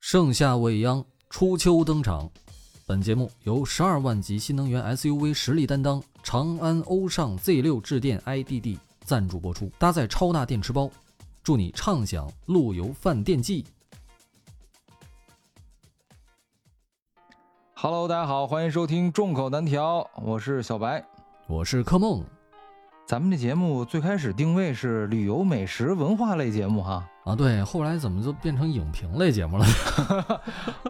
盛夏未央，初秋登场。本节目由十二万级新能源 SUV 实力担当长安欧尚 Z 六致电 IDD 赞助播出，搭载超大电池包，祝你畅享路由饭店记。 Hello，大家好，欢迎收听《众口难调》，我是小白。我是柯梦咱们这节目最开始定位是旅游、美食、文化类节目 哈啊，对，后来怎么就变成影评类节目了？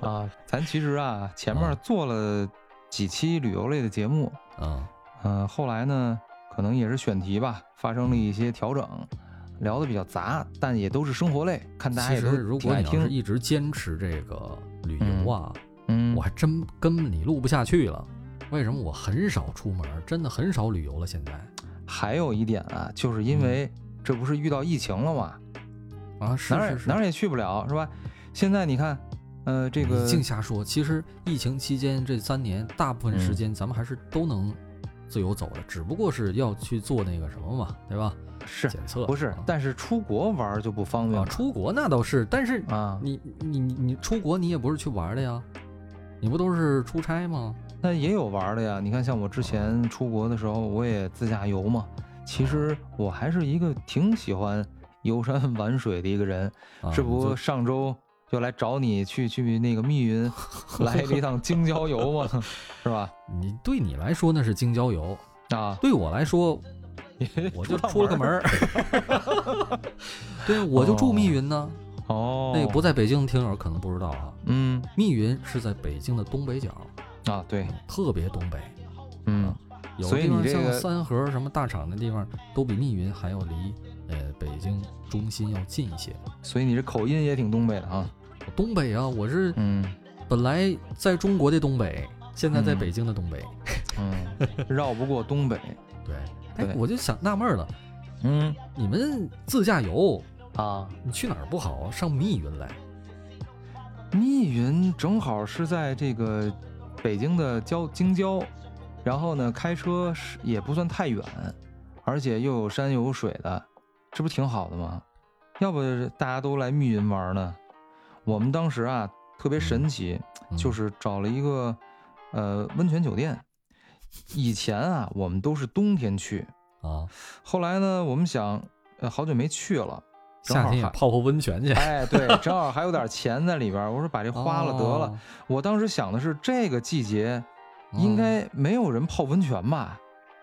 啊，咱其实啊前面嗯做了几期旅游类的节目， 啊，嗯、后来呢可能也是选题吧发生了一些调整，聊的比较杂，但也都是生活类，看大家其也实都如挺果爱你要是听。一直坚持这个旅游啊，嗯我，还真跟你录不下去了。为什么我很少出门，真的很少旅游了？现在还有一点啊，就是因为这不是遇到疫情了嘛，啊，嗯是哪儿也是是哪，儿也去不了是吧？现在你看，呃，这个你净瞎说。其实疫情期间这三年，大部分嗯时间咱们还是都能自由走的，只不过是要去做那个什么嘛，对吧？是检测不是啊？但是出国玩儿就不方便啊，了出国那倒是，但是啊，你你你你出国你也不是去玩的呀，你不都是出差吗？那也有玩儿的呀。你看，像我之前出国的时候，我也自驾游嘛。其实我还是一个挺喜欢游山玩水的一个人，啊、这不就上周就来找你去去那个密 云来了一趟京郊游嘛，是吧？你对你来说那是京郊游，啊，对我来 说我就出了个门儿。 对，我就住密云呢。哦， 那个不在北京的听友可能不知道啊，嗯密云是在北京的东北角，啊，对，特别东北。啊嗯有所的以地方你这像个三河什么大厂的地方，都比密云还要离呃北京中心要近一些。所以你这口音也挺东北的啊，东北啊，我是嗯本来在中国的东北，现在在嗯北京的东北。嗯，绕不过东北，对，哎对，我就想纳闷儿了，嗯你们自驾游啊，你去哪儿不好啊，上密云来？密云正好是在这个北京的郊京郊，然后呢，开车是也不算太远，而且又有山又有水的，这不挺好的吗？要不大家都来密云玩呢？我们当时啊特别神奇，嗯就是找了一个呃温泉酒店。以前啊，我们都是冬天去，啊，后来呢，我们想，呃，好久没去了，正夏好天也还泡泡温泉去。哎，对，正好还有点钱在里边儿，我说把这 花了得了。哦，我当时想的是，这个季节哦应该没有人泡温泉吧？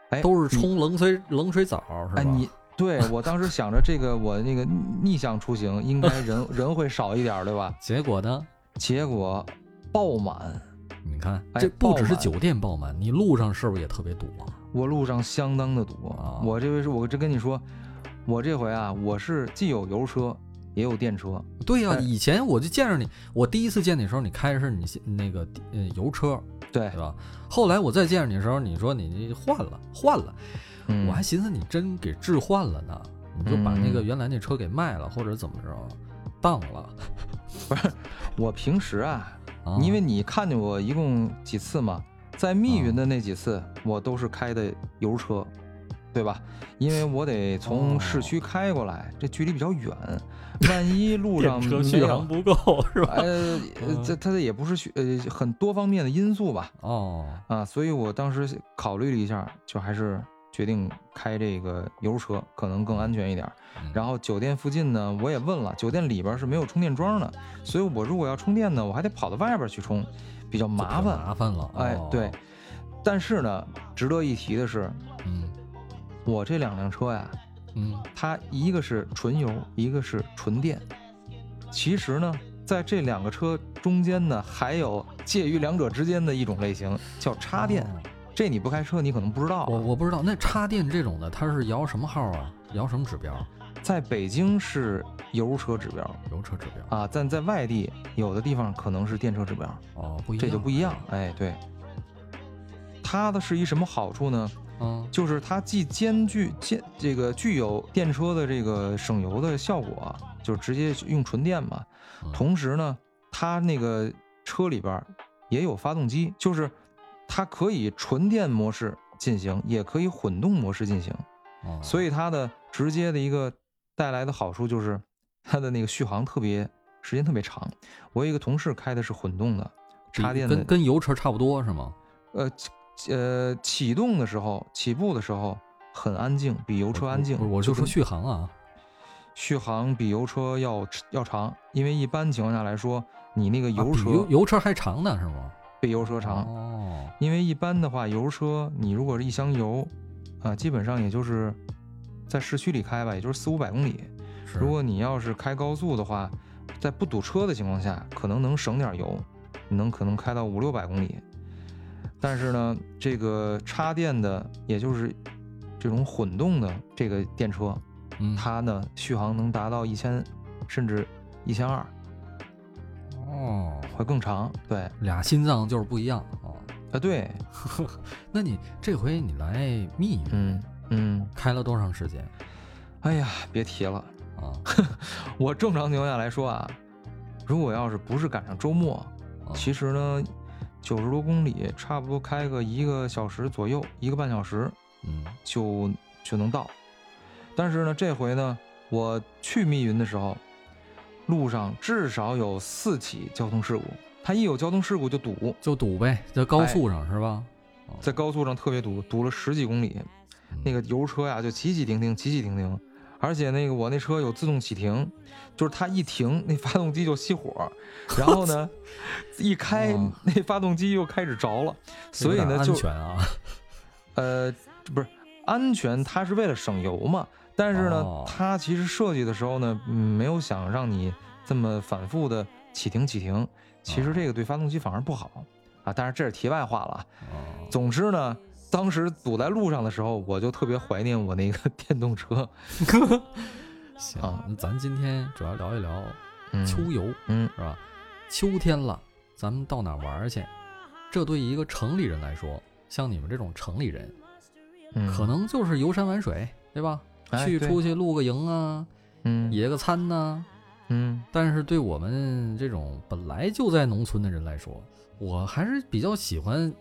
哎，都是你。冲冷水冷水澡是吧？哎， 你对我当时想着这个，我那个逆向出行，应该 人人会少一点儿，对吧？结果呢？结果爆满，你看，哎这不只是爆满酒店爆满，你路上是不是也特别堵啊？我路上相当的堵啊。我这回是我真跟你说，我这回啊，我是既有油车，也有电车。对呀、哎以前我就见着你，我第一次见你的时候，你开的是你先那个呃油车，对对，吧？后来我再见着你的时候，你说你换了换了，嗯我还寻思你真给置换了呢，你就把那个嗯原来那车给卖了，或者怎么着，当了。我平时啊，啊、因为你看见我一共几次嘛，在密云的那几次，我都是开的油车，对吧？因为我得从市区开过来，这距离比较远，万一路上哦 电车没续有航，不够 是吧？呃，嗯呃这它也不是续呃很多方面的因素吧，哦，啊，所以我当时考虑了一下，就还是决定开这个油车，可能更安全一点儿。嗯然后酒店附近呢，我也问了，酒店里边儿是没有充电桩的，所以我如果要充电呢，我还得跑到外边儿去充，比较就麻挺烦。麻烦了。哎哦，对，。但是呢，值得一提的是，嗯我这两辆车呀，嗯，它一个是纯油，一个是纯电。其实呢，在这两个车中间呢，还有介于两者之间的一种类型，叫插电。哦这你不开车，你可能不知道啊。我我不知道那插电这种的，它是摇什么号啊？摇什么指标？在北京是油车指标油车指标啊，但在外地有的地方可能是电车指标，哦，不一样，这就不一样。哎，对，它的是一什么好处呢？嗯就是它既兼具兼这个具有电车的这个省油的效果，啊就是直接用纯电嘛嗯。同时呢，它那个车里边儿也有发动机，就是它可以纯电模式进行，也可以混动模式进行。哦，所以它的直接的一个带来的好处就是它的那个续航特别时间特别长。我有一个同事开的是混动的，插电跟的，跟油车差不多是吗？呃呃，启动的时候、起步的时候很安静，比油车安静。我我就说跟续航啊，续航比油车要要长，因为一般情况下来说，你那个啊油比车油油车还长呢是吗？比油车长，哦，因为一般的话，油车你如果是一箱油，啊，基本上也就是在市区里开吧，也就是四五百公里。是如果你要是开高速的话，在不堵车的情况下，可能能省点油，你能可能开到五六百公里。但是呢，这个插电的，也就是这种混动的这个电车，嗯它呢续航能达到一千，甚至一千二，哦，会更长。对，啊、俩心脏就是不一样哦。对，那你这回你来密云嗯嗯，开了多长时间哎呀，别提了。啊？我正常情况下来说啊，如果要是不是赶上周末，啊其实呢，九十多公里，差不多开个一个小时左右，一个半小时嗯就就能到。但是呢，这回呢，我去密云的时候，路上至少有四起交通事故，它一有交通事故就堵，就堵呗，在哎高速上是吧？在高速上特别堵，堵了十几公里，嗯那个油车呀就起起停停，起起停停。而且那个我那车有自动启停，就是它一停，那发动机就熄火，然后呢，一开哇那发动机又开始着了，所以有点呢安就全啊。 呃不是安全，它是为了省油嘛。但是呢，哦它其实设计的时候呢，嗯没有想让你这么反复的启停启停，其哦实这个对发动机反而不好啊。但是这是题外话了啊。哦总之呢，当时堵在路上的时候，我就特别怀念我那个 电动车。 行啊，那咱今天主要聊一聊嗯秋游，嗯是吧？秋天了，咱们到哪玩儿去？这对一个城里人来说，像你们这种城里人，嗯，可能就是游山玩水，对吧？哎去对出去露个营啊，嗯野个餐呐、嗯但是对我们这种本来就在农村的人来说，我还是比较喜欢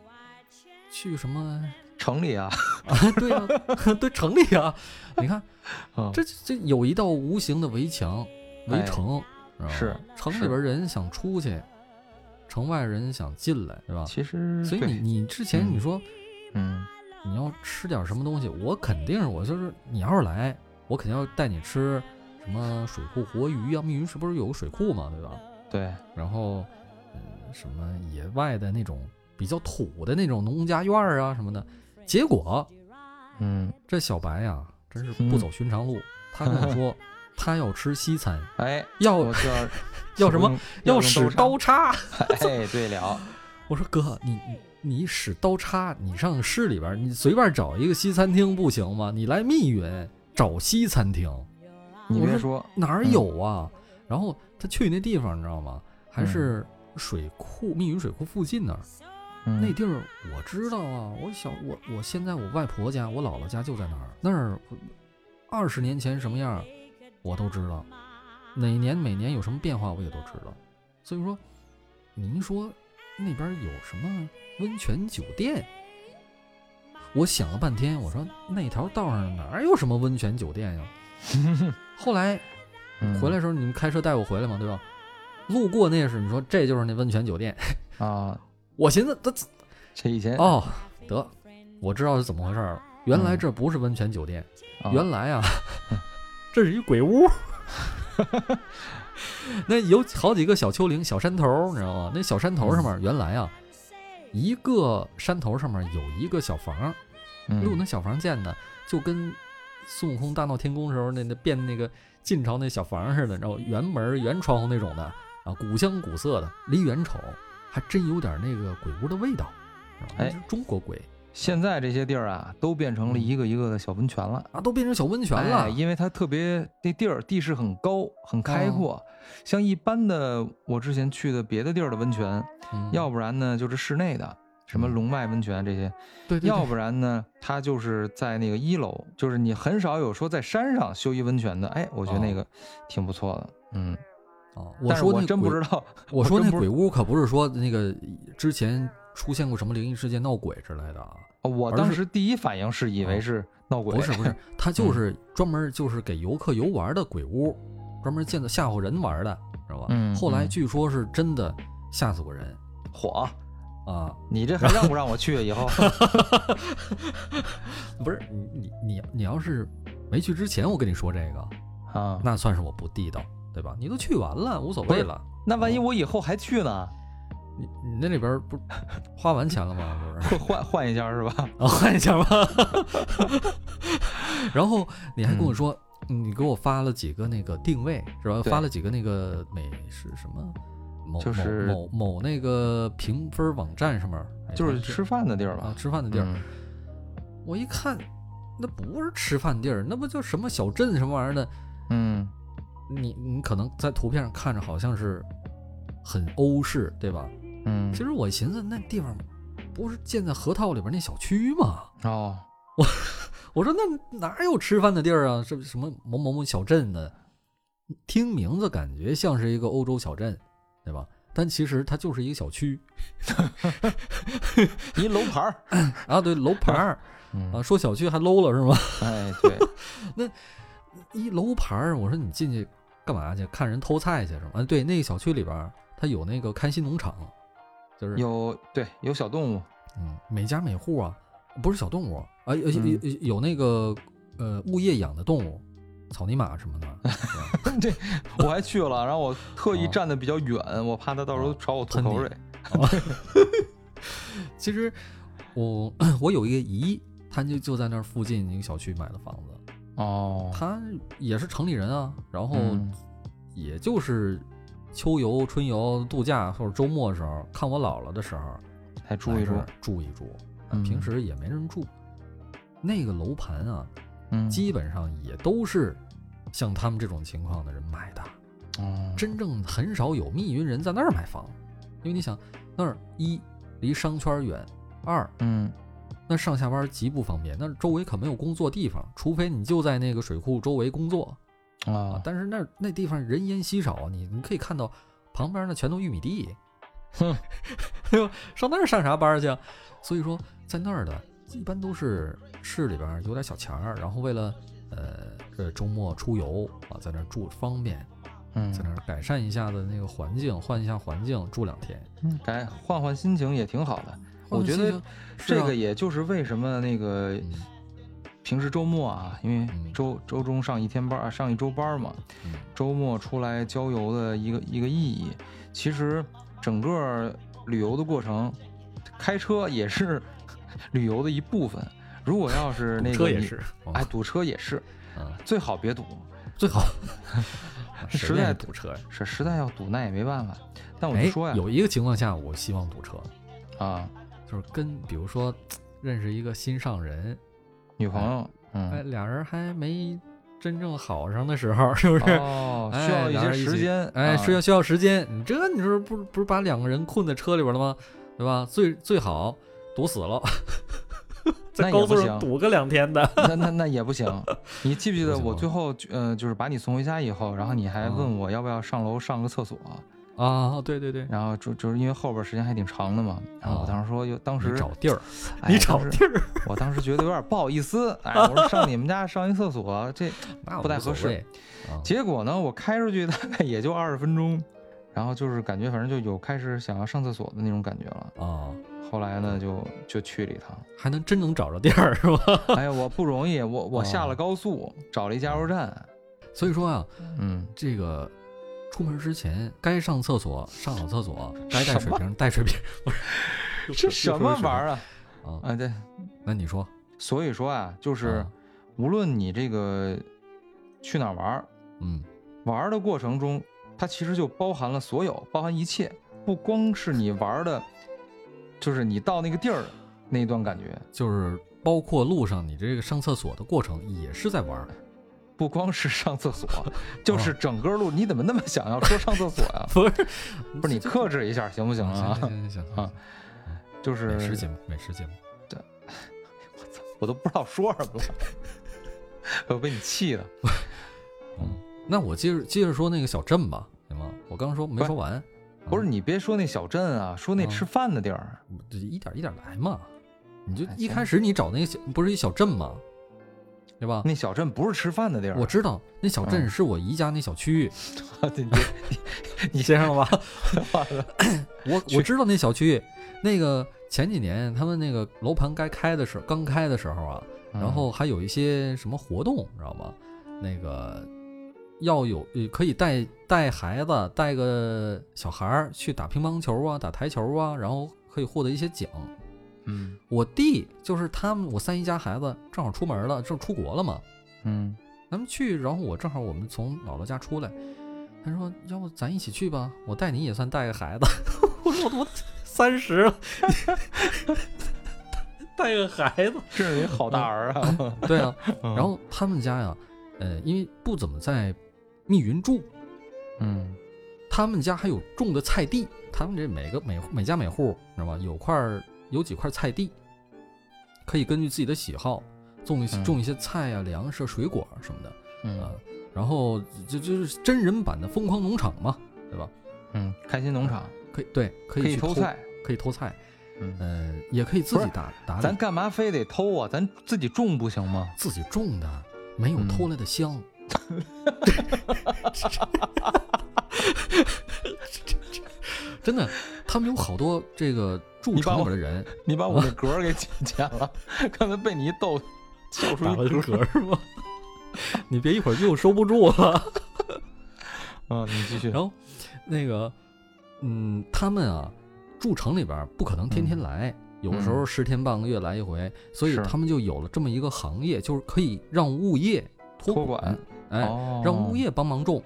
去什么 城里啊， 啊？ 对啊，对城里啊。你看，啊这这有一道无形的围墙、围城，知道吗哎是城里是边人想出去，城外人想进来，对吧？其实所以你嗯对你之前嗯你说嗯你要吃点什么东西，我肯定是我就是你要是来，我肯定要带你吃什么水库活鱼啊，密云是不是有个水库嘛，对吧？对然后，嗯，什么野外的那种比较土的那种农家院儿啊什么的。结果嗯这小白呀、真是不走寻常路。他跟我 说，他要吃西餐，哎，要我就要哦 要什么用要用使刀叉。叉，哎，对了，我说哥，你你你使刀叉，你上市里边儿，你随便找一个西餐厅不行吗？你来密云找西餐厅你我别是说，哪儿嗯有啊？然后他去那地方，你知道吗？还是水库密云水库附近那儿。嗯那地儿我知道啊，我小我我现在我外婆家，我姥姥家就在那儿，那儿二十年前什么样儿我都知道，哪年每年有什么变化我也都知道，所以说，您说那边有什么温泉酒店？我想了半天，我说那条道上哪有什么温泉酒店呀？后来嗯回来的时候，你们开车带我回来嘛，对吧？路过那时，你说这就是那温泉酒店， 啊，我寻思这这以前哦，得，我知道是怎么回事儿了。原来这不是温泉酒店，啊原来啊，这是一鬼屋。 那有好几个小丘陵、小山头儿，你知道吗？那小山头上面原来啊，一个山头上面有一个小房儿，嗯六那小房建的，就跟孙悟空大闹天宫时候那那变那个晋朝那小房似的，然后圆门儿圆窗户那种的啊，古香古色的，离远瞅还真有点那个鬼屋的味道，是吧哎，是中国鬼现在这些地儿啊，都变嗯成了一个一个的小温泉了。啊，都变成小温泉了，哎，因为它特别那地儿地势很高，很开哦阔。像一般的我之前去的别的地儿的温泉，嗯要不然呢就是室内的，什么嗯龙脉温泉啊这些，对对对要不然呢它就是在那个一楼，就是你很少有说在山上修一温泉的。哎，我觉得那哦个挺不错的，嗯。哦，但是说我那真不鬼知道，我说真那不鬼屋可不是说那个之前出现过什么灵异事件、闹鬼之类的啊，我而当是时第一反应是以为哦是闹鬼，不是不是，它就是专门就是给游客游玩的鬼屋，专门建的吓唬人玩的。知道吧？嗯后来嗯据说是真的吓死过人火，啊！你这还让不让我去？ 以后不是你你你你要是没去之前我跟你说这个，啊，那算是我不地道，对吧？你都去完了，无所不谓是了。那万哦一我以后还去呢？你你那里边儿不是花完钱了吗？不是，换换换一家是吧？啊，换一下吧。 然后你还跟我说，你给我发了几个那个定位是吧？嗯对发了几个那个美是什么？某就是某某某那个评分网站上面，哎就是吃饭的地儿啊吧？吃饭的地儿。嗯我一看，那不是吃饭地儿，那不就什么小镇什么玩意儿的？嗯，你你可能在图片上看着好像是很欧式，对吧？嗯，其实我寻思那地方不是建在河套里边那小区吗？哦，我说那哪有吃饭的地儿啊？这什么某某某小镇的？听名字感觉像是一个欧洲小镇，对吧？但其实它就是一个小区一楼盘儿，啊，对，楼盘儿啊，嗯，说小区还 low 了是吗？ 哎，对，一楼盘儿，我说你进去干嘛去？看人偷菜去是吗？啊，对，那个小区里边儿它有那个开心农场，就是有对有小动物，嗯，每家每户啊，不是小动物啊，有有有有那个呃物业养的动物，草泥马什么的，是吧我还去了，然后我特意哦站的比较远，我怕他到时候朝我吐喷口你水。其实我 我有一个姨，她就就在那儿附近一个小区买的房子，哦，她也是城里人啊，然后嗯也就是秋游、春游、度假或者周末的时候，看我姥姥的时候还注意来这住儿，住一住，啊嗯平时也没人住。那个楼盘啊，嗯，基本上也都是像他们这种情况的人买的，哦真正很少有密云人在那儿买房，因为你想那儿一离商圈远，二嗯那上下班极不方便，那周围可没有工作地方，除非你就在那个水库周围工作啊啊。，但是那儿那地方人烟稀少，啊你你可以看到旁边那全都玉米地， 哼，对吧？上那儿上啥班去啊？所以说在那儿的一般都是市里边儿有点小钱儿，然后为了呃呃周末出游啊，在那儿住方便，嗯在那儿改善一下的那个环境，换一下环境，住两天。嗯改换换心情也挺好的。我觉得是这啊个也就是为什么那个嗯平时周末啊，因为嗯周周中上一天班儿，上一周班儿嘛，嗯周末出来郊游的一个一个意义。其实整个旅游的过程，开车也是旅游的一部分。如果要是那个你，哎，堵车也是，啊，最好别堵。最 好谁实在愿意堵车呀。是实在要堵，那也没办法。但我就哎说呀，，有一个情况下我希望堵车，啊，就是跟比如说认识一个心上人，女朋友，哎，嗯，俩人还没真正好上的时候， 是不是？哦，需要哎一俩些人一时起间，哎，啊需要需要时间。你这你说不是不是把两个人困在车里边了吗？对吧？最最好堵死了， 那在也高速不上行堵个两天的。那那那也 不行。你记不记不得行我吗嗯最后呃，就是把你送回家以后，然后你还问我要不要上楼上个厕所，啊，对对对，然后就就是因为后边时间还挺长的嘛，然后我哦当时说又当时你找地儿，哎你找当时地儿，我当时觉得有点不好意思，哎，我说上你们家上一厕所这，那不太无所合适谓。啊结果呢，我开出去大概也就二十分钟，然后就是感觉反正就有开始想要上厕所的那种感觉了。啊，后来呢，就就去了一趟。 还能真能找着地儿是吧？ 哎呀，我不容易，我我哦下了高速，找了一加油站，所以说啊，嗯，这个出门之前该上厕所上好厕所，该带什水么瓶带水瓶。不是 这什么玩意意儿啊？啊？啊，对，那你说所以说啊，就是啊无论你这个去哪儿玩儿，嗯玩儿的过程中，它其实就包含了所有，包含一切，不光是你玩儿的，就是你到那个地儿那一段感觉，就是包括路上你这个上厕所的过程也是在玩儿，不光是上厕所，就是整个路，你怎么那么想要说上厕所呀、不是 不是你这克制一下行不行行啊？行行行啊行，就美是食节目美食节目，我都不知道说什么了，啊我被你气的。嗯，那我接着接着说那个小镇吧，行吗？我刚说没说完，不是你别说那小镇啊，说那嗯吃饭的地儿，啊这一点一点来嘛。你就哎一行开始你找那个小不是一小镇吗？对吧？那小镇不是吃饭的地儿。 嗯我知道那小镇是我姨家那小区域，你你你接上了吧？完了我我知道那小区域，那个前几年他们那个楼盘该开的时候，刚开的时候啊，嗯然后还有一些什么活动，你知道吗？那个要有呃可以带带孩子，带个小孩儿去打乒乓球啊，打台球啊，然后可以获得一些奖。嗯我弟就是他们，我三姨家孩子正好出门了，正出国了嘛，嗯咱们去，然后我正好我们从姥姥家出来，他说要不咱一起去吧，我带你也算带个孩子。 我说我我三十了， 带个孩子。这是一好大儿 啊。对啊，嗯然后他们家呀，呃，因为不怎么在密云住，嗯他们家还有种的菜地，他们这每个每每家每户，你知道吧？有块儿有几块菜地，可以根据自己的喜好种一些嗯种一些菜啊、粮食、水果什么的。啊嗯，然后这这是真人版的疯狂农场嘛，对吧？嗯，开心农场可以对，可可以以去偷，菜。可以偷菜，嗯，呃，也可以自不己是打打理，咱干嘛非得偷啊？咱自己种不行吗？自己种的，没有嗯偷来的香。 真的，他们有好多这个住你把城里我边的人，你把我的格儿给剪剪 了，刚才被你一逗，笑出打了一个格儿。嗝是吗？ 你别一会儿又收不住了。嗯，你继续然。后那个，嗯，他们啊，住城里边儿不可能天天嗯来，有的时候十天半个月来一回，所以是他们就有了这么一个行业，就是可以让物业托托管，管哎，哦让物，业帮忙种。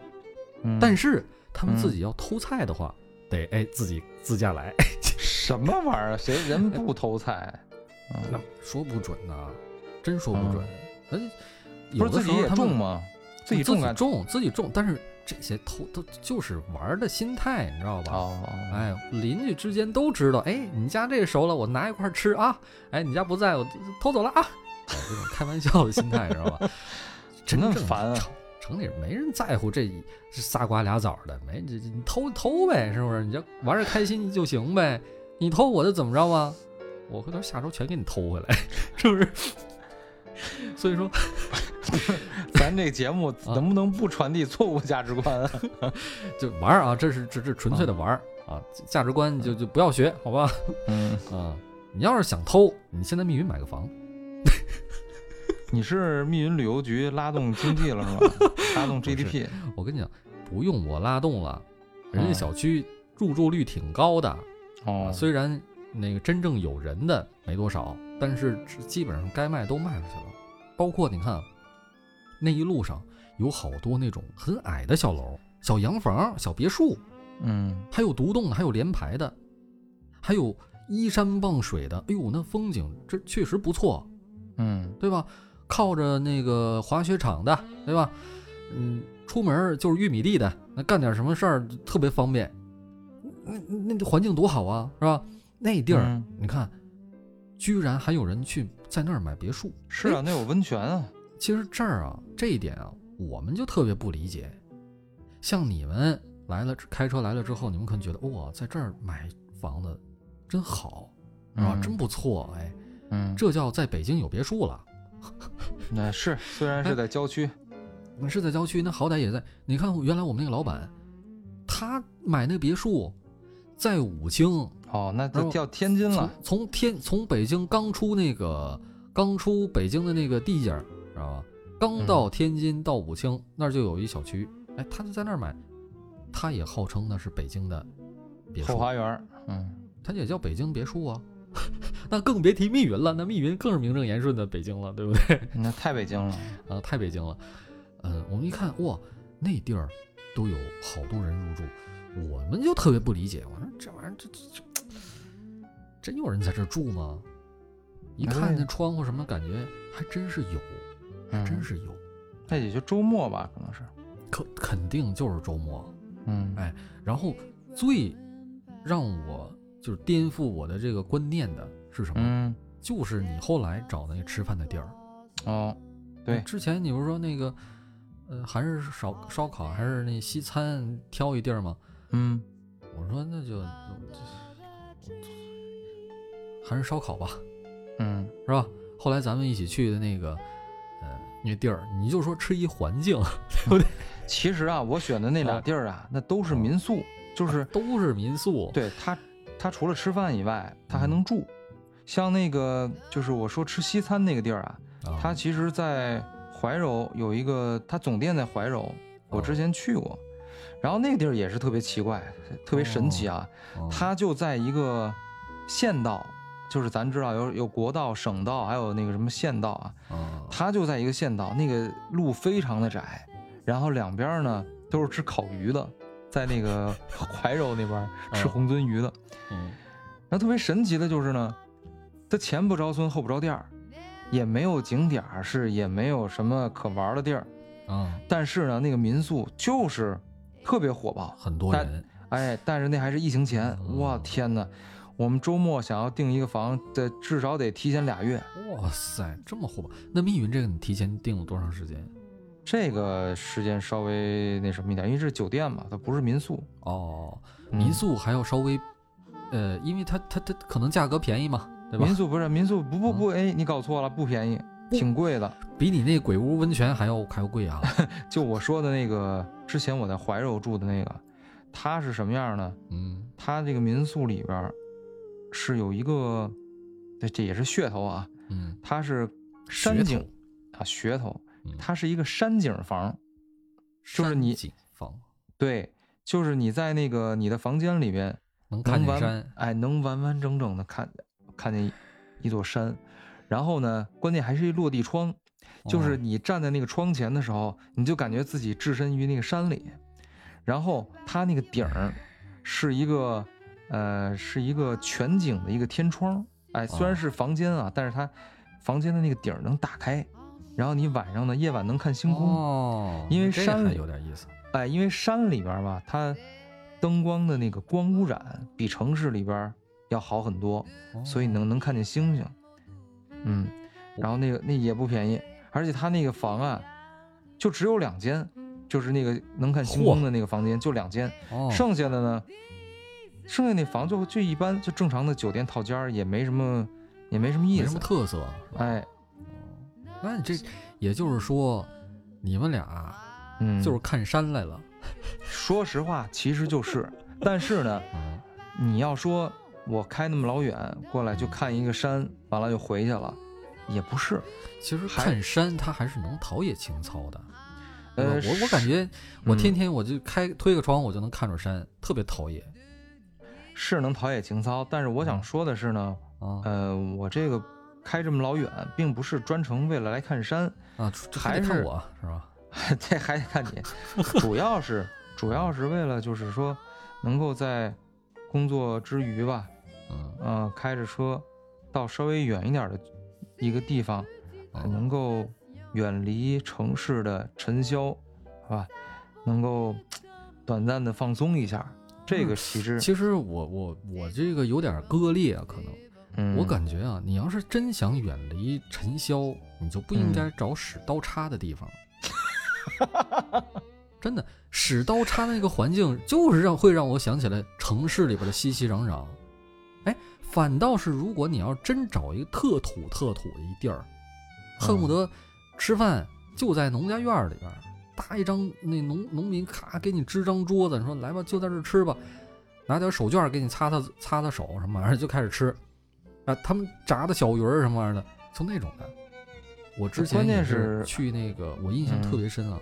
嗯但是他们自嗯己要偷菜的话，得哎自己自驾来，什么玩意啊儿？谁人不偷菜？ 那嗯，说不准呐、真说不准。那、不嗯有是的自时己候也他们种吗？自己自种啊己干种自己种，但是这些偷都就是玩儿的心态，你知道吧？哦，哎，邻居之间都知道，哎，你家这熟了，我拿一块儿吃啊，哎，你家不在我偷走了啊，哎这种开玩笑的心态，知道吧？真那正烦啊城城里没人在乎这一这仨瓜俩枣的，没这这你偷偷呗，是不是？你就玩的开心就行呗，你偷我的怎么着啊？我回头下周全给你偷回来，是不是？ 所以说，咱这节目能不能不传递错误价值观啊？就玩儿啊，这是这这纯粹的玩儿啊，价值观就就不要学，好吧？嗯，啊，你要是想偷，你先在密云买个房。你是密云旅游局拉动经济了是 吧？拉动 GDP，我跟你讲，不用我拉动了，人家嗯小区入住率挺高的，啊，哦，虽然那个真正有人的没多少，但是只基本上该卖都卖出去了。包括你看，那一路上有好多那种很矮的小楼、小洋房、小别墅，嗯，还有独栋的，还有联排的，还有依山傍水的。哎呦，那风景这确实不错，嗯对吧？靠着那个滑雪场的，对吧？嗯，出门儿就是玉米地的，那干点什么事儿特别方便。那那那环境多好啊，是吧？那地儿、嗯你看，居然还有人去在那儿买别墅。是啊，那有温泉啊，其实这儿啊，这一点啊，我们就特别不理解。像你们来了，开车来了之后，你们可能觉得哇，在这儿买房子真好，是吧？嗯真不错，哎，嗯，这叫在北京有别墅了。那是虽然是在郊区，你是在郊区，那好歹也在。你看，原来我们那个老板，他买那别墅，在武清，哦，那然就后掉天津从了，从天从北京刚出那个刚出北京的那个地界儿，知道吧？刚到天津到武清那儿就有一小区，哎，他就在那儿买，他也号称那是北京的别后墅，花园儿，嗯，他也叫北京别墅啊。 那更别提密云了，那密云更是名正言顺的北京了，对不对？那太北京了，啊，太北京了。呃，我们一看，哇，那地儿都有好多人入住，我们就特别不理解。我说这玩意儿，这这这，真有人在这儿住吗？一看哎那窗户什么，感觉还真是有，还嗯，真是有，那也就周末吧，可能是，肯肯定就是周末。嗯，哎然后最让我就是颠覆我的这个观念的是什么？嗯，就是你后来找那个吃饭的地儿。哦，对之前你不是说那个，呃，还是烧烧烤还是那西餐挑一地儿吗？嗯，我说那就，还是烧烤吧，嗯，是吧？后来咱们一起去的那个，呃，那地儿，你就说吃一环境， 其实啊，我选的那俩地儿啊，那都是民宿，就是都是民宿。，对他，他除了吃饭以外，他还能住。像那个就是我说吃西餐那个地儿啊，啊、它其实，在怀柔有一个，它总店在怀柔，我哦之前去过。然后那个地儿也是特别奇怪，特别神奇啊，哦它就在一个县道，就是咱知道有有国道、省道，还有那个什么县道啊，啊它就在一个县道，那个路非常的窄，然后两边儿呢都是吃烤鱼的，在那个 怀柔那边儿吃嗯红鳟鱼的。嗯然后特别神奇的就是呢，它前不着村后不着店儿，也没有景点儿是也没有什么可玩儿的地儿，啊，但是呢，那个民宿就是特别火爆，很多人哎，但是那还是疫情前，哇嗯天哪！我们周末想要订一个房，得至少得提前俩月。哇塞，这么火爆！那密云这个你提前订了多长时间？这个时间稍微那什么一点，因为这是酒店嘛，它不是民宿。哦，嗯民、宿还要稍微，呃，因为它它它可能价格便宜嘛，对吧嗯民？宿不是民宿，不不不，哎，你搞错了，不便宜，挺贵的。比你那鬼屋温泉还要还要贵啊！就我说的那个，之前我在怀柔住的那个，它是什么样呢？嗯它这个民宿里边儿是有一个，这这也是噱头啊，嗯，它是噱山头景啊，噱头嗯，它是一个山景房， 就是你山景房对，就是你在那个你的房间里边能看能见完山，哎能完完整整的看看见一一座山，然后呢，关键还是一落地窗，就是哦你站在那个窗前的时候，你就感觉自己置身于那个山里，然后它那个顶儿是一个呃是一个全景的一个天窗，哎，哦虽然是房间啊，但是它房间的那个顶儿能打开，然后你晚上呢夜晚能看星空，哦，因为这山还里有点意思。哎，因为山里边儿吧，它灯光的那个光污染比城市里边儿要好很多，哦所以能能看见星星，嗯，然后那个那也不便宜，而且他那个房啊，就只有两间，就是那个能看星空的那个房间就两间，哦剩下的呢，剩下那房就就一般，就正常的酒店套间儿也没什么，也没什么意没什思么，特色。是吧哎，那你这也就是说，你们俩嗯，就是看山来了。说实话，其实就是，但是呢，嗯你要说我开那么老远过来就看一个山，完了就回去了，也不是，其实还看山，它还是能陶冶情操的。呃，我我感觉我嗯天天我就开推个窗，我就能看着山，特别陶冶是能陶冶情操，但是我嗯想说的是呢，啊呃，我这个开这么老远，并不是专程为了来看山， 啊！这这还得看是我是吧？这还得看你，主要是主要是为了就是说，能够在工作之余吧，嗯，嗯、开着车到稍微远一点的一个地方，啊能够远离城市的尘嚣，是吧？能够短暂的放松一下，这个其实，嗯其实我我我这个有点割裂啊，可能、嗯，我感觉啊，你要是真想远离尘嚣，你就不应该找使刀叉的地方。 真的，使刀叉的那个环境，就是让会让我想起来城市里边的熙熙攘攘。哎，反倒是如果你要真找一个特土特土的一地儿，恨不得吃饭就在农家院儿里边儿，搭一张那农农民咔给你支张桌子，你说来吧，就在这儿吃吧，拿点手绢儿给你擦擦擦擦手什么玩意儿就开始吃，啊，他们炸的小鱼儿什么玩意儿的，就那种的。我之前关键也是去那个，我印象特别深啊，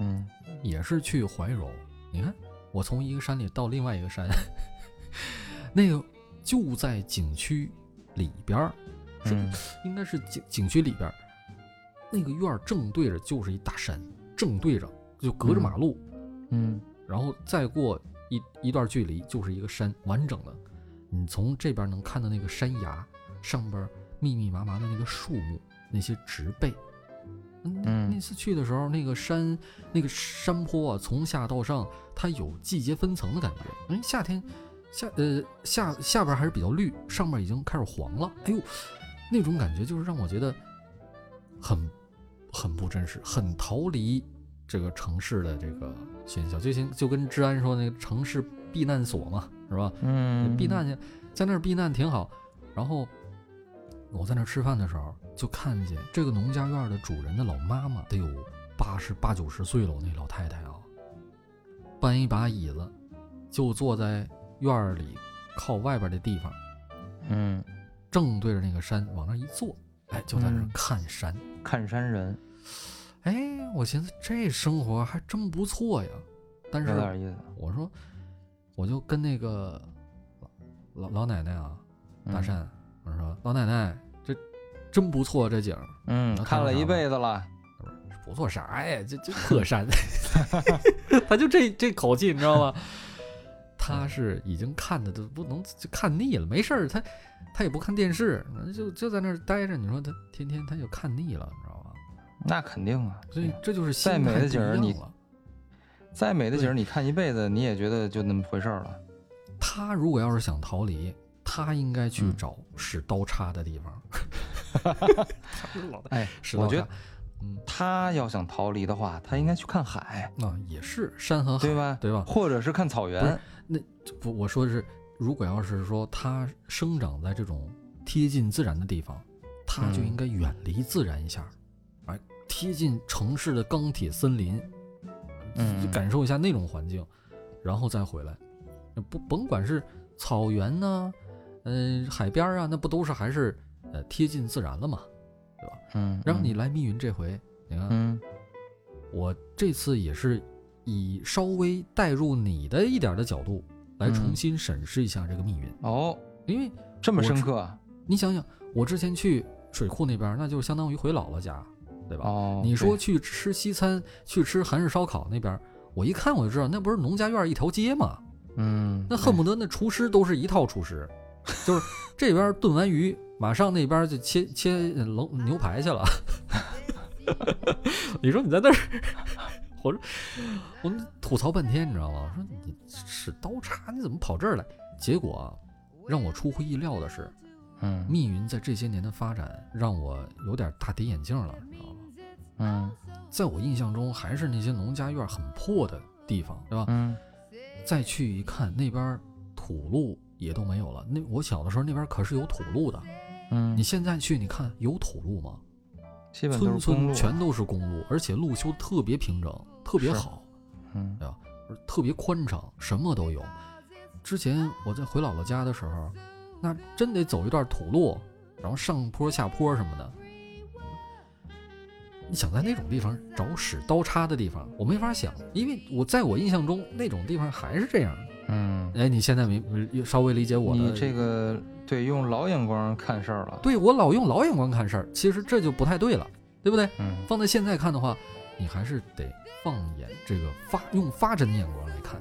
嗯，也是去怀柔。你看，我从一个山里到另外一个山， 那个就在景区里边儿，是嗯应该是景景区里边儿，那个院儿正对着就是一大山，正对着就隔着马路，嗯然后再过一一段距离就是一个山，完整的。你从这边能看到那个山崖上边密密麻麻的那个树木，那些植被。嗯，嗯那次去的时候，那个山那个山坡啊，从下到上，它有季节分层的感觉。因为夏天夏呃下下边还是比较绿，上面已经开始黄了。哎呦，那种感觉就是让我觉得很很不真实，很逃离这个城市的这个喧嚣，就像就跟治安说那个城市避难所嘛，是吧？嗯，避难去，在那儿避难挺好。然后我在那儿吃饭的时候，就看见这个农家院的主人的老妈妈得有八十八九十岁了，那老太太啊，搬一把椅子，就坐在院儿里靠外边的地方，嗯，正对着那个山往那一坐，哎，就在那儿嗯看山。看山人哎，我寻思这生活还真不错呀，但有是点意思。我说，我就跟那个老老奶奶啊，嗯大，善，我说老奶奶，这真不错，这景儿嗯，能看看到了啥一吗辈子了，不错啥呀，这这 破山，他就这这口气，你知道吗？他是已经看的都不能就看腻了，没事儿，他他也不看电视，就就在那儿待着。你说他天天他就看腻了，你知道吗？那肯定啊。所以这就是心再美态的不景儿一你样了。再美的景儿，对你看一辈子，你也觉得就那么回事儿了。他如果要是想逃离，他应该去嗯找使刀叉的地方。 他不是老大哎，使我刀觉叉得，嗯他要想逃离的话，他应该去看海，那、啊也是山和海，对吧？对吧？或者是看草啊不原是。我我说的是，如果要是说他生长在这种贴近自然的地方，他就嗯应该远离自然一下，哎，贴近城市的钢铁森林，嗯就感受一下那种环境，然后再回来。不，甭管是草原呐、嗯、海边啊，那不都是还是呃贴近自然了嘛？嗯，然后你来密云这回，你看、嗯，我这次也是以稍微带入你的一点的角度来重嗯新审视一下这个密云。嗯哦，因为这么我深知刻啊你想想，我之前去水库那边儿，那就相当于回姥姥家，对吧？哦。你说对去吃西餐，去吃韩式烧烤那边儿，我一看我就知道，那不是农家院儿一条街吗？嗯，那恨对不得那厨师都是一套厨 师，就是这边儿炖完鱼，马上那边儿就切切呃冷牛排去了。 你说你在那儿，我说我吐槽半天，你知道吗？我说你使刀叉，你怎么跑这儿来？结果啊让我出乎意料的是，嗯密云在这些年的发展让我有点大跌眼镜了，你知道吗？嗯在我印象中，还是那些农家院很破的地方，对吧？嗯再去一看，那边土路也都没有了。那我小的时候，那边可是有土路的。嗯，你现在去，你看有土路吗？基本村都是公村路，啊全都是公路，而且路修得特别平整，特别是好，嗯而特别宽敞，什么都有。之前我在回姥姥家的时候，那真得走一段土路，然后上坡下坡什么的。你想在那种地方找使刀叉的地方，我没法想，因为我在我印象中那种地方还是这样。嗯。哎，你现在明明稍微理解我的你这个对用老眼光看事儿了，对我老用老眼光看事儿，其实这就不太对了，对不对？嗯放在现在看的话，你还是得放眼这个发用发展的眼光来看。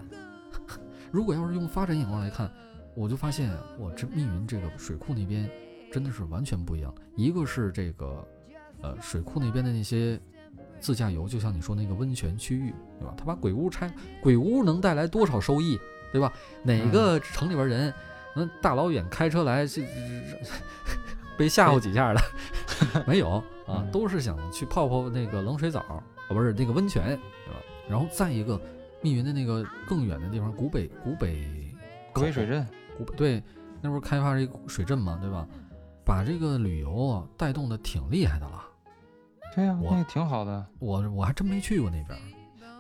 如果要是用发展眼光来看，我就发现我这密云这个水库那边真的是完全不一样。一个是这个呃水库那边的那些自驾游，就像你说那个温泉区域，对吧？他把鬼屋拆，鬼屋能带来多少收益，对吧？哪个城里边人那大老远开车来，这这这被吓唬几下的 没有啊？哎嗯都是想去泡泡那个冷水澡，啊，不是那个温泉，对吧？然后再一个，密云的那个更远的地方，古北古北古北水镇，古北对，那不是开发了一个水镇嘛，对吧？把这个旅游啊带动的挺厉害的了。对呀、我那个挺好的。我我还真没去过那边儿，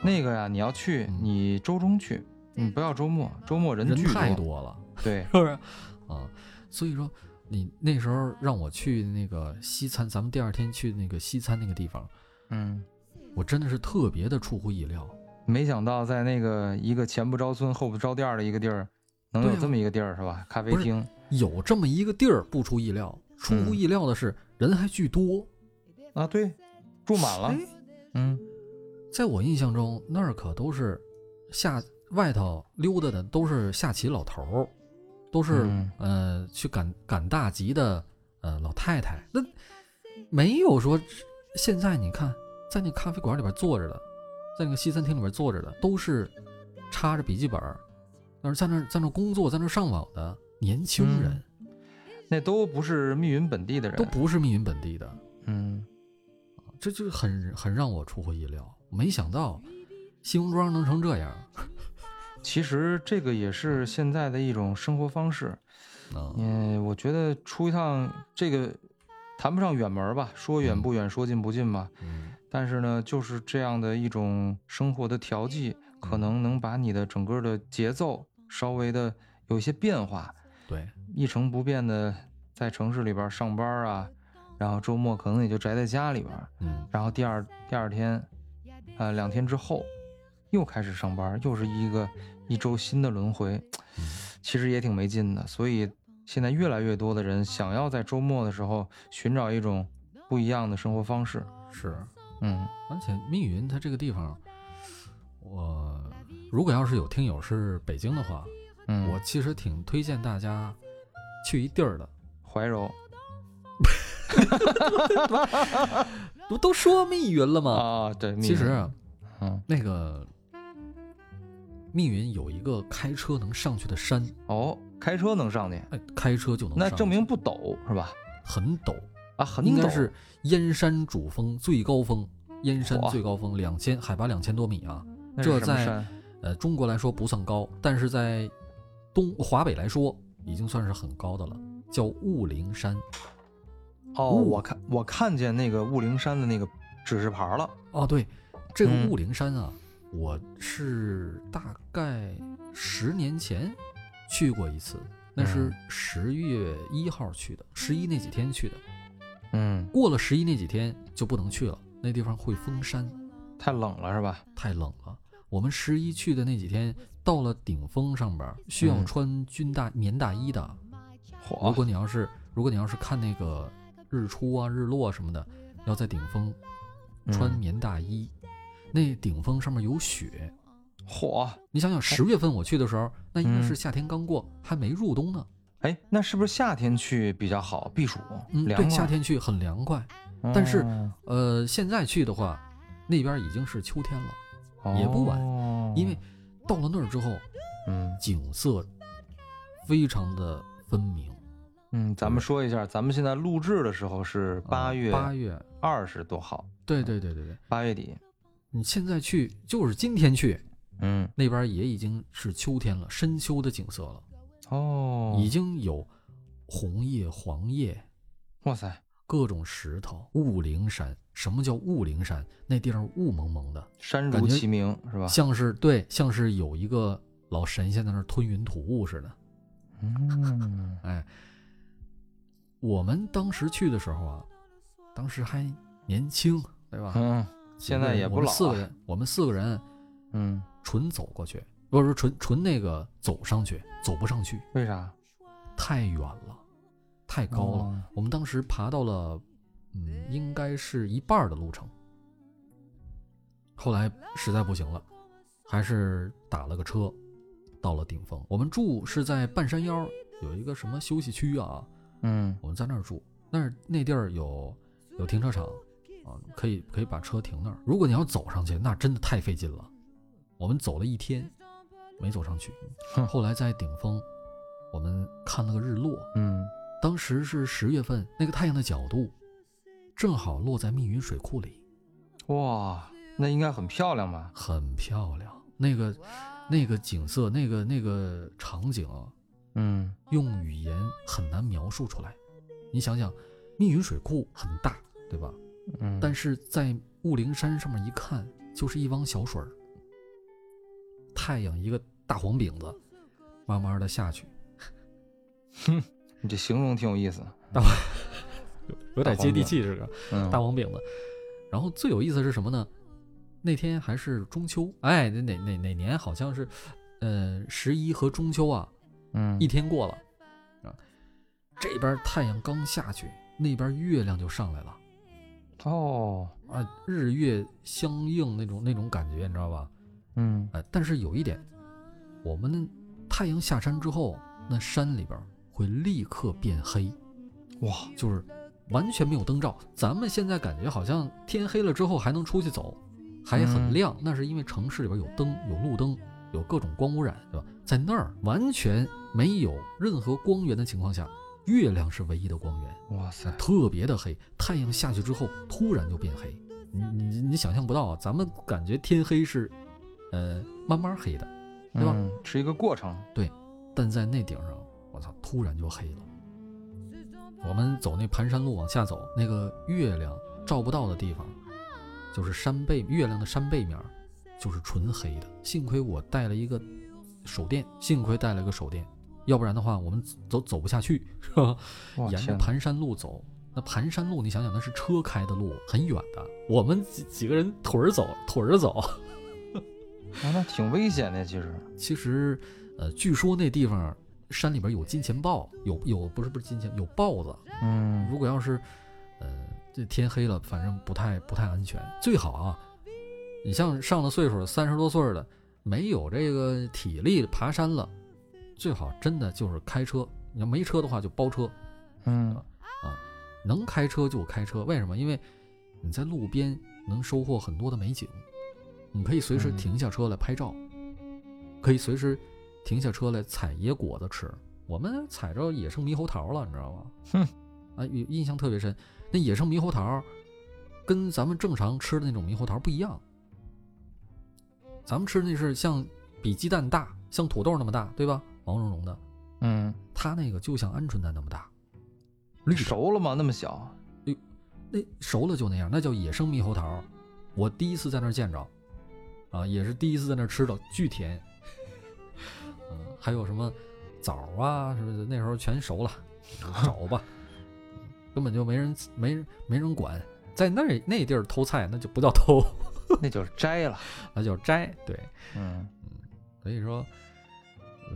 那个呀，你要去，嗯你周中去，你不要周末，周末人人巨太多了，对，是不是？啊，所以说你那时候让我去那个西餐，咱们第二天去那个西餐那个地方，嗯，我真的是特别的出乎意料。没想到在那个一个前不着村后不着店儿的一个地儿，能有对啊这么一个地儿是吧？咖啡不是厅，有这么一个地儿，不出意料，出乎嗯意料的是人还巨多。啊，对，住满了哎，嗯在我印象中，那儿可都是下外头溜达的都是下棋老头儿，都是、嗯呃去赶赶大集的呃老太太，那没有说现在你看在那咖啡馆里边坐着的，在那个西餐厅里边坐着的都是插着笔记本儿，但是在那儿在那儿工作在那儿上网的年轻人、那都不是密云本地的人，都不是密云本地的，嗯，这就很很让我出乎意料，没想到西红庄能成这样。其实这个也是现在的一种生活方式。呃嗯嗯，我觉得出一趟这个谈不上远门吧，说远不远，说近不近吧。嗯但是呢，就是这样的一种生活的调剂，可能能把你的整个的节奏稍微的有一些变化，对，一成不变的在城市里边上班啊，然后周末可能也就宅在家里边，嗯然后第二第二天，呃，两天之后又开始上班，又是一个一周新的轮回，其实也挺没劲的。所以现在越来越多的人想要在周末的时候寻找一种不一样的生活方式，是。嗯。而且密云它这个地方，我如果要是有听友是北京的话，嗯，我其实挺推荐大家去一地儿的。怀柔不都说密云了吗？啊，对，密其实云啊嗯，那个密云有一个开车能上去的山，哦，开车能上去，哎，开车就能上那去证明不陡是吧？很陡，啊，很陡，应该是燕山主峰最高峰，燕山哇最高峰两千海拔两千多米啊。那是这什么在山呃，中国来说不算高，但是在东华北来说已经算是很高的了，叫雾灵山。哦，雾我看我看见那个雾灵山的那个指示牌了，哦，对，这个嗯雾灵山啊，我是大概十年前去过一次，那是嗯十月一号去的，十一那几天去的。嗯，过了十一那几天就不能去了，那地方会封山，太冷了是吧？太冷了。我们十一去的那几天，到了顶峰上边儿需要嗯穿军大棉大衣的。如火果你要是如果你要是看那个日出啊、日落什么的，要在顶峰嗯穿棉大衣。那顶峰上面有雪，火，你想想，十月份我去的时候，那应该是夏天刚过，还没入冬呢。哎，那是不是夏天去比较好避暑，嗯，凉啊对，哦快？夏，天去很凉快。但是呃，现在去的话，那边已经是秋天了，哦也不晚晚因为到了那儿之后，嗯景色非常的分明。嗯，咱们说一下，咱们现在录制的时候是八月啊八月，二十多号，对对对对对，八月底，你现在去就是今天去，嗯，那边也已经是秋天了，深秋的景色了，哦，已经有红叶、黄叶，哇塞，各种石头，雾灵山。什么叫雾灵山？那地方雾蒙蒙的，山感如觉其名是吧？像是对，像是有一个老神仙在那儿吞云吐雾似的。嗯，哎，我们当时去的时候啊，当时还年轻，对吧？嗯，现在也我不老、们四个啊。人，我们四个人嗯，纯走过去，不是说纯纯那个走上去，走不上去，为啥？太远了，太高了。哦我们当时爬到了，嗯，应该是一半儿的路程。后来实在不行了，还是打了个车，到了顶峰。我们住是在半山腰有一个什么休息区啊，嗯，我们在那儿住。那儿那地儿有有停车场啊，可以可以把车停那儿。如果你要走上去，那真的太费劲了。我们走了一天，没走上去。哼后来在顶峰，我们看了个日落，嗯，当时是十月份，那个太阳的角度正好落在密云水库里，哇，那应该很漂亮吧？很漂亮。那个那个景色，那个那个场景啊，嗯，用语言很难描述出来。你想想，密云水库很大，对吧？嗯但是是在雾灵山上面一看，就是一汪小水儿，太阳一个大黄饼子，慢慢的下去，你这形容挺有意思。有点接地气这个。嗯，大王饼子。然后最有意思是什么呢？那天还是中秋，哎，哪哪哪哪年好像是，呃，十一和中秋啊，嗯，一天过了，啊，这边太阳刚下去，那边月亮就上来了，哦，啊，日月相映那种那种感觉，你知道吧？嗯，哎，但是有一点，我们太阳下山之后，那山里边会立刻变黑，哇，就是完全没有灯罩。咱们现在感觉好像天黑了之后还能出去走，还很嗯亮，那是因为城市里边有灯、有路灯、有各种光污染，对吧？在那儿完全没有任何光源的情况下，月亮是唯一的光源，哇塞，特别的黑。太阳下去之后，突然就变黑，你你你想象不到啊！咱们感觉天黑是，呃，慢慢黑的，对吧嗯？是一个过程。但在那顶上，我操，突然就黑了。我们走那盘山路往下走，那个月亮照不到的地方，就是山背月亮的山背面儿，就是纯黑的。幸亏我带了一个手电，幸亏带了个手电，要不然的话我们走走不下去，是吧？哇沿着天哪，盘山路走。那盘山路，你想想，那是车开的路，很远的。我们几几个人腿儿走，腿儿走。啊那挺危险的，其实其实，呃，据说那地方山里边有金钱豹，有有不是不是金钱，有豹子。嗯如果要是，呃，这天黑了，反正不太不太安全。最好啊，你像上了岁数三十多岁儿的，没有这个体力爬山了，最好真的就是开车。你要没车的话，就包车。嗯能开车就开车，为什么？因为你在路边能收获很多的美景，你可以随时嗯停下车来拍照，可以随时停下车来采野果子吃。我们采着野生猕猴桃了，你知道吗？哼，啊，印印象特别深。那野生猕猴桃跟咱们正常吃的那种猕猴桃不一样，咱们吃的那是像比鸡蛋大，像土豆那么大，对吧？毛茸茸的，嗯，它那个就像鹌鹑蛋那么大，绿的。熟了吗？那么小，那熟了就那样，那叫野生猕猴桃。我第一次在那儿见着，啊，也是第一次在那儿吃到，巨甜。嗯，还有什么枣啊，什么的，那时候全熟了，找吧，根本就没人没人没人管。在那儿那地儿偷菜，那就不叫偷， 那就是摘了，那叫摘。对，嗯所以说，嗯，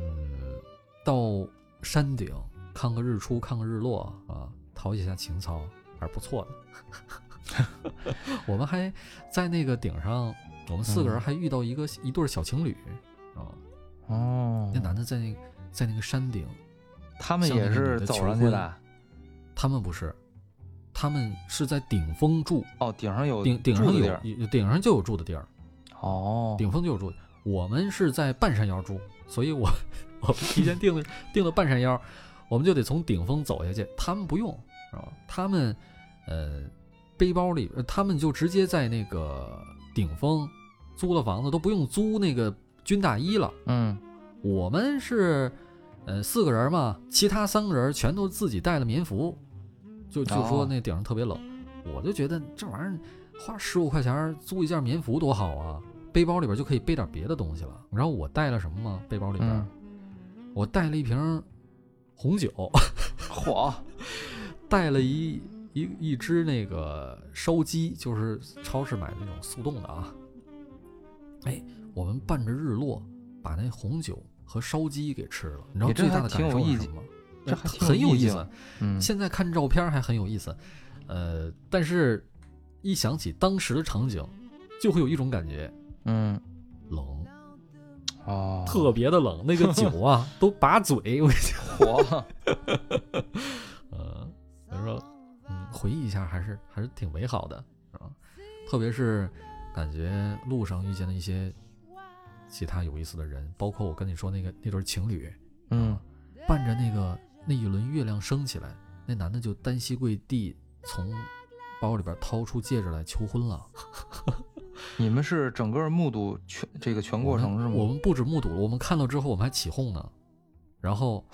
到山顶看个日出，看个日落啊，陶冶一下情操，还是不错的。 我们还在那个顶上，我们四个人嗯还遇到一个、一对儿小情侣啊，哦那男的在那个在那个山顶，他们像那也个女是的走求上去婚的，他们不是，他们是在顶峰住，哦，顶上有顶顶住上的有地儿有顶上就有住的地儿，哦，顶峰就有住。我们是在半山腰住，所以我我们提前定了定了半山腰，我们就得从顶峰走下去。他们不用，知道吧？他们呃背包里，呃他们就直接在那个顶峰租了房子，都不用租那个军大衣了。嗯我们是呃四个人嘛，其他三个人全都自己带了棉服，就就说哦那顶上特别冷，我就觉得这玩意儿花十五块钱租一件棉服多好啊，背包里边就可以背点别的东西了。然后我带了什么吗？背包里边、嗯，我带了一瓶红 酒，嚯，带了一一一只那个烧鸡，就是超市买的那种速冻的啊。哎，我们伴着日落，把那红酒和烧鸡给吃了。你知道哎这最大还的挺感有受意是境什么吗？这呃还挺很有意意境思。嗯，现在看照片还很有意思，呃，但是一想起当时的场景，就会有一种感觉，嗯冷，哦，特别的冷。那个酒啊， 都把嘴，我跟你讲 火，呃，所以说，嗯，回忆一下还是还是挺美好的，是吧？特别是感觉路上遇见了一些其他有意思的人，包括我跟你说那个那对情侣，嗯，伴着那个那一轮月亮升起来，那男的就单膝跪地从包里边掏出戒指来求婚了。你们是整个目睹全这个全过程是我吗？们不止目睹了，我们看到之后我们还起哄呢，然后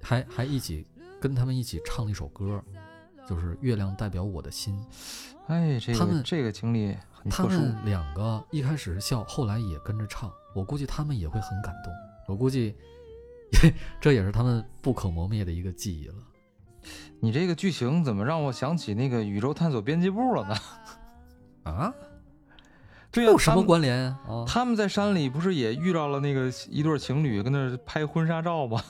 还还一起跟他们一起唱了一首歌，就是《月亮代表我的心》。哎，这他个们这个经历很他特殊，们两个一开始是笑，后来也跟着唱，我估计他们也会很感动。我估计 这也是他们不可磨灭的一个记忆了。你这个剧情怎么让我想起那个宇宙探索编辑部了呢？啊，对呀、有什他么们关联啊？他们在山里不是也遇到了那个一对情侣跟那儿拍婚纱照吗？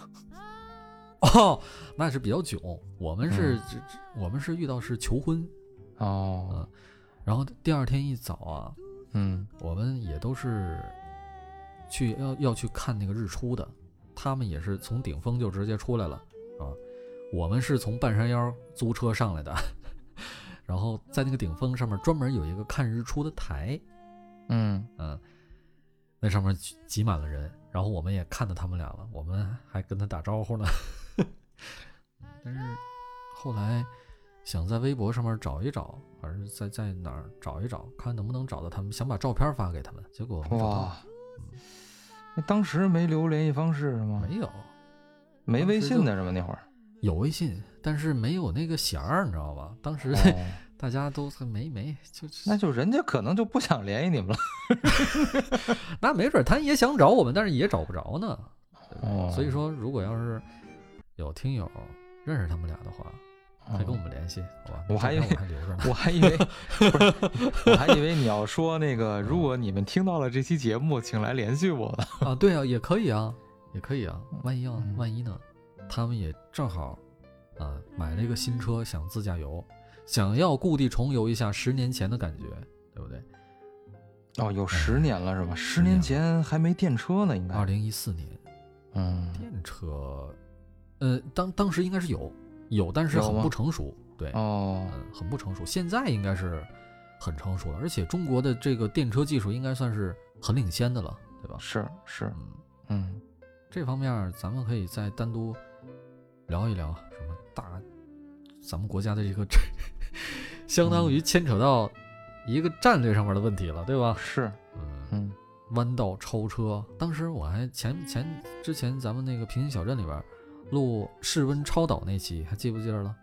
哦， 那是比较囧。我们是、这这我们是遇到是求婚，哦，然后第二天一早啊，嗯我们也都是去要要去看那个日出的，他们也是从顶峰就直接出来了啊，我们是从半山腰租车上来的， 然后在那个顶峰上面专门有一个看日出的台，嗯，嗯，那上面挤挤满了人，然后我们也看到他们俩了，我们还跟他打招呼呢。 但是后来想在微博上面找一找，还是在在哪儿找一找，看能不能找到他们，想把照片发给他们，结果没找到哇，那当时没留联系方式是吗？没有，没微信的是吗？那会儿有微信，但是没有那个弦儿，你知道吧？当时哦 大家都没没，就是那就人家可能就不想联系你们了。那没准他也想找我们，但是也找不着呢。哦所以说，如果要是有听友认识他们俩的话，嗯再跟我们联系，好吧？我还以照为片我还留 着呢。我还以为，不是，我还以为你要说那个，如果你们听到了这期节目，请来联系我了。啊，对啊，也可以啊， 也可以啊。万一要嗯万一呢？他们也正好啊买了一个新车，嗯想自驾游，想要故地重游一下十年前的感觉，对不对？哦，有十年了是吧？十年年了前还没电车呢，应该。二零一四年嗯，电车，呃，当当时应该是有有，但是有很吗不成熟，对，哦嗯，，很不成熟。现在应该是很成熟了，而且中国的这个电车技术应该算是很领先的了，对吧？是是，嗯，嗯，这方面儿咱们可以再单独聊一聊啊什么大，咱们国家的这个这，相当于牵扯到一个战略上面的问题了，对吧？是，嗯，嗯弯道超车，当时我还前前之前咱们那个平行小镇里边儿录室温超导那期，还记不记得了？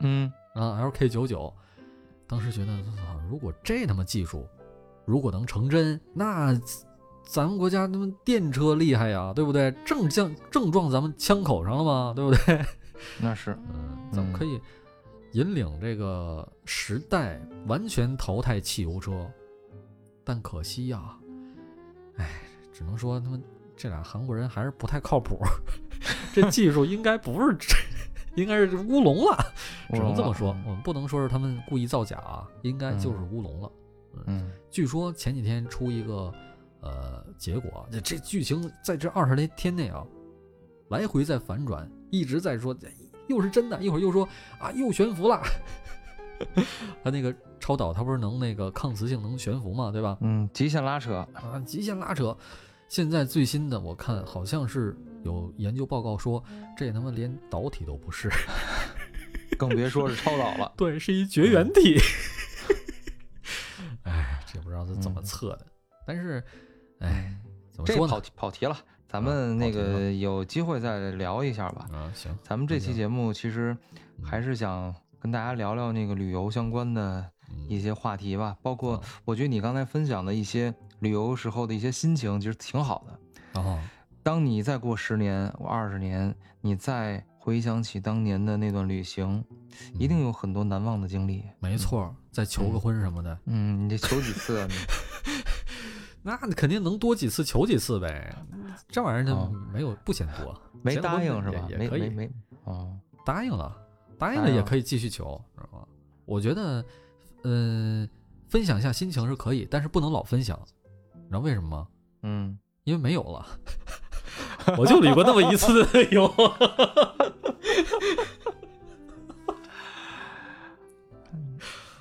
嗯，啊，LK 九九，当时觉得，我操，如果这他妈技术，如果能成真，那咱们国家他妈电车厉害呀，对不对？正将正撞咱们枪口上了嘛，对不对？ 那是，嗯，咱们可以引领这个时代，完全淘汰汽油车，但可惜呀、哎，只能说他们这俩韩国人还是不太靠谱， 这技术应该不是， 应该是乌龙了。只能这么说，嗯我们不能说是他们故意造假啊，应该就是乌龙了。嗯，据说前几天出一个呃结果，这这剧情在这二十天内啊，来回在反转，一直在说哎又是真的，一会儿又说啊又悬浮了。 他那个超导，他不是能那个抗磁性能悬浮嘛，对吧？嗯，极限拉扯，啊，极限拉扯。现在最新的我看好像是有研究报告说，这他妈连导体都不是，。更别说是超导 了对，是一绝缘体。嗯 哎，这不知道是怎么嗯测的，但是，哎，怎么这说跑呢？题跑题了，咱啊们那跑题了个有机会再聊一下吧。啊，行，咱们这期节目其实嗯还是想跟大家聊聊那个旅游相关的一嗯些话题吧，包括好我觉得你刚才分享的一些旅游时候的一些心情，其实挺好的。嗯然后当你再过十年、二十年，你再回想起当年的那段旅行，一定有嗯很多难忘的经历。嗯没错儿，再求个婚什么的，嗯，你得求几次啊？ 你那肯定能多几次求几次呗。这玩意儿它哦没有不嫌多，没结了答婚应是也吧？也没可以没没，哦，答应了，答应答了应也了可以继续求，知道吗？我觉得，嗯、分享一下心情是可以，但是不能老分享，你知道为什么吗？嗯，因为没有 了，我就旅过那么一 次的游。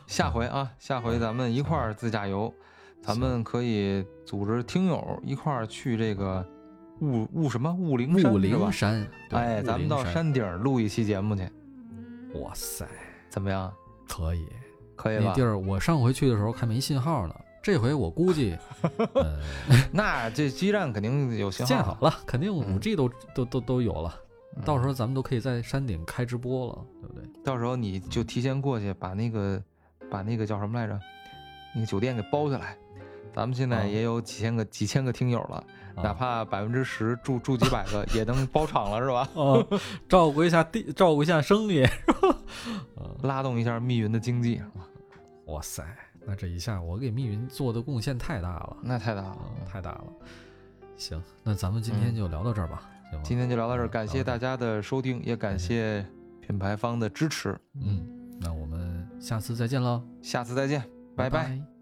下回啊，下嗯回咱们一块儿自驾游，咱们可以组织听友一块儿去这个雾雾什么雾灵山雾是吧灵山，对哎，咱们到，雾山顶儿录一期节目去，灵哇塞，怎么样？可以，可以那吧地？儿我上回去的时候还没信号呢，这回我估 计，呃， 那这基站肯定有信号，建好了，肯定五嗯 G 都都都都有了，嗯到时候咱们都可以在山顶开直播了，对不对？到时候你就提前过去，把那个把那个叫什么来着，那个酒店给包下来。咱们现在啊也有几千个、几千个听友了，啊哪怕百分之十住住几百个也能包场了，是 吧？ 哦，照顾一下地，照顾一下生意，拉动一下密云的经济，哇塞，那这一下我给密云做的贡献太大了，那太大啊了。，太大了。行，那咱们今天嗯就聊到这儿吧，行吗？今天就聊到这儿，感谢大家。家的收听，也感谢品牌方的支持。，嗯，那我们下次再见喽，下次再见，拜拜拜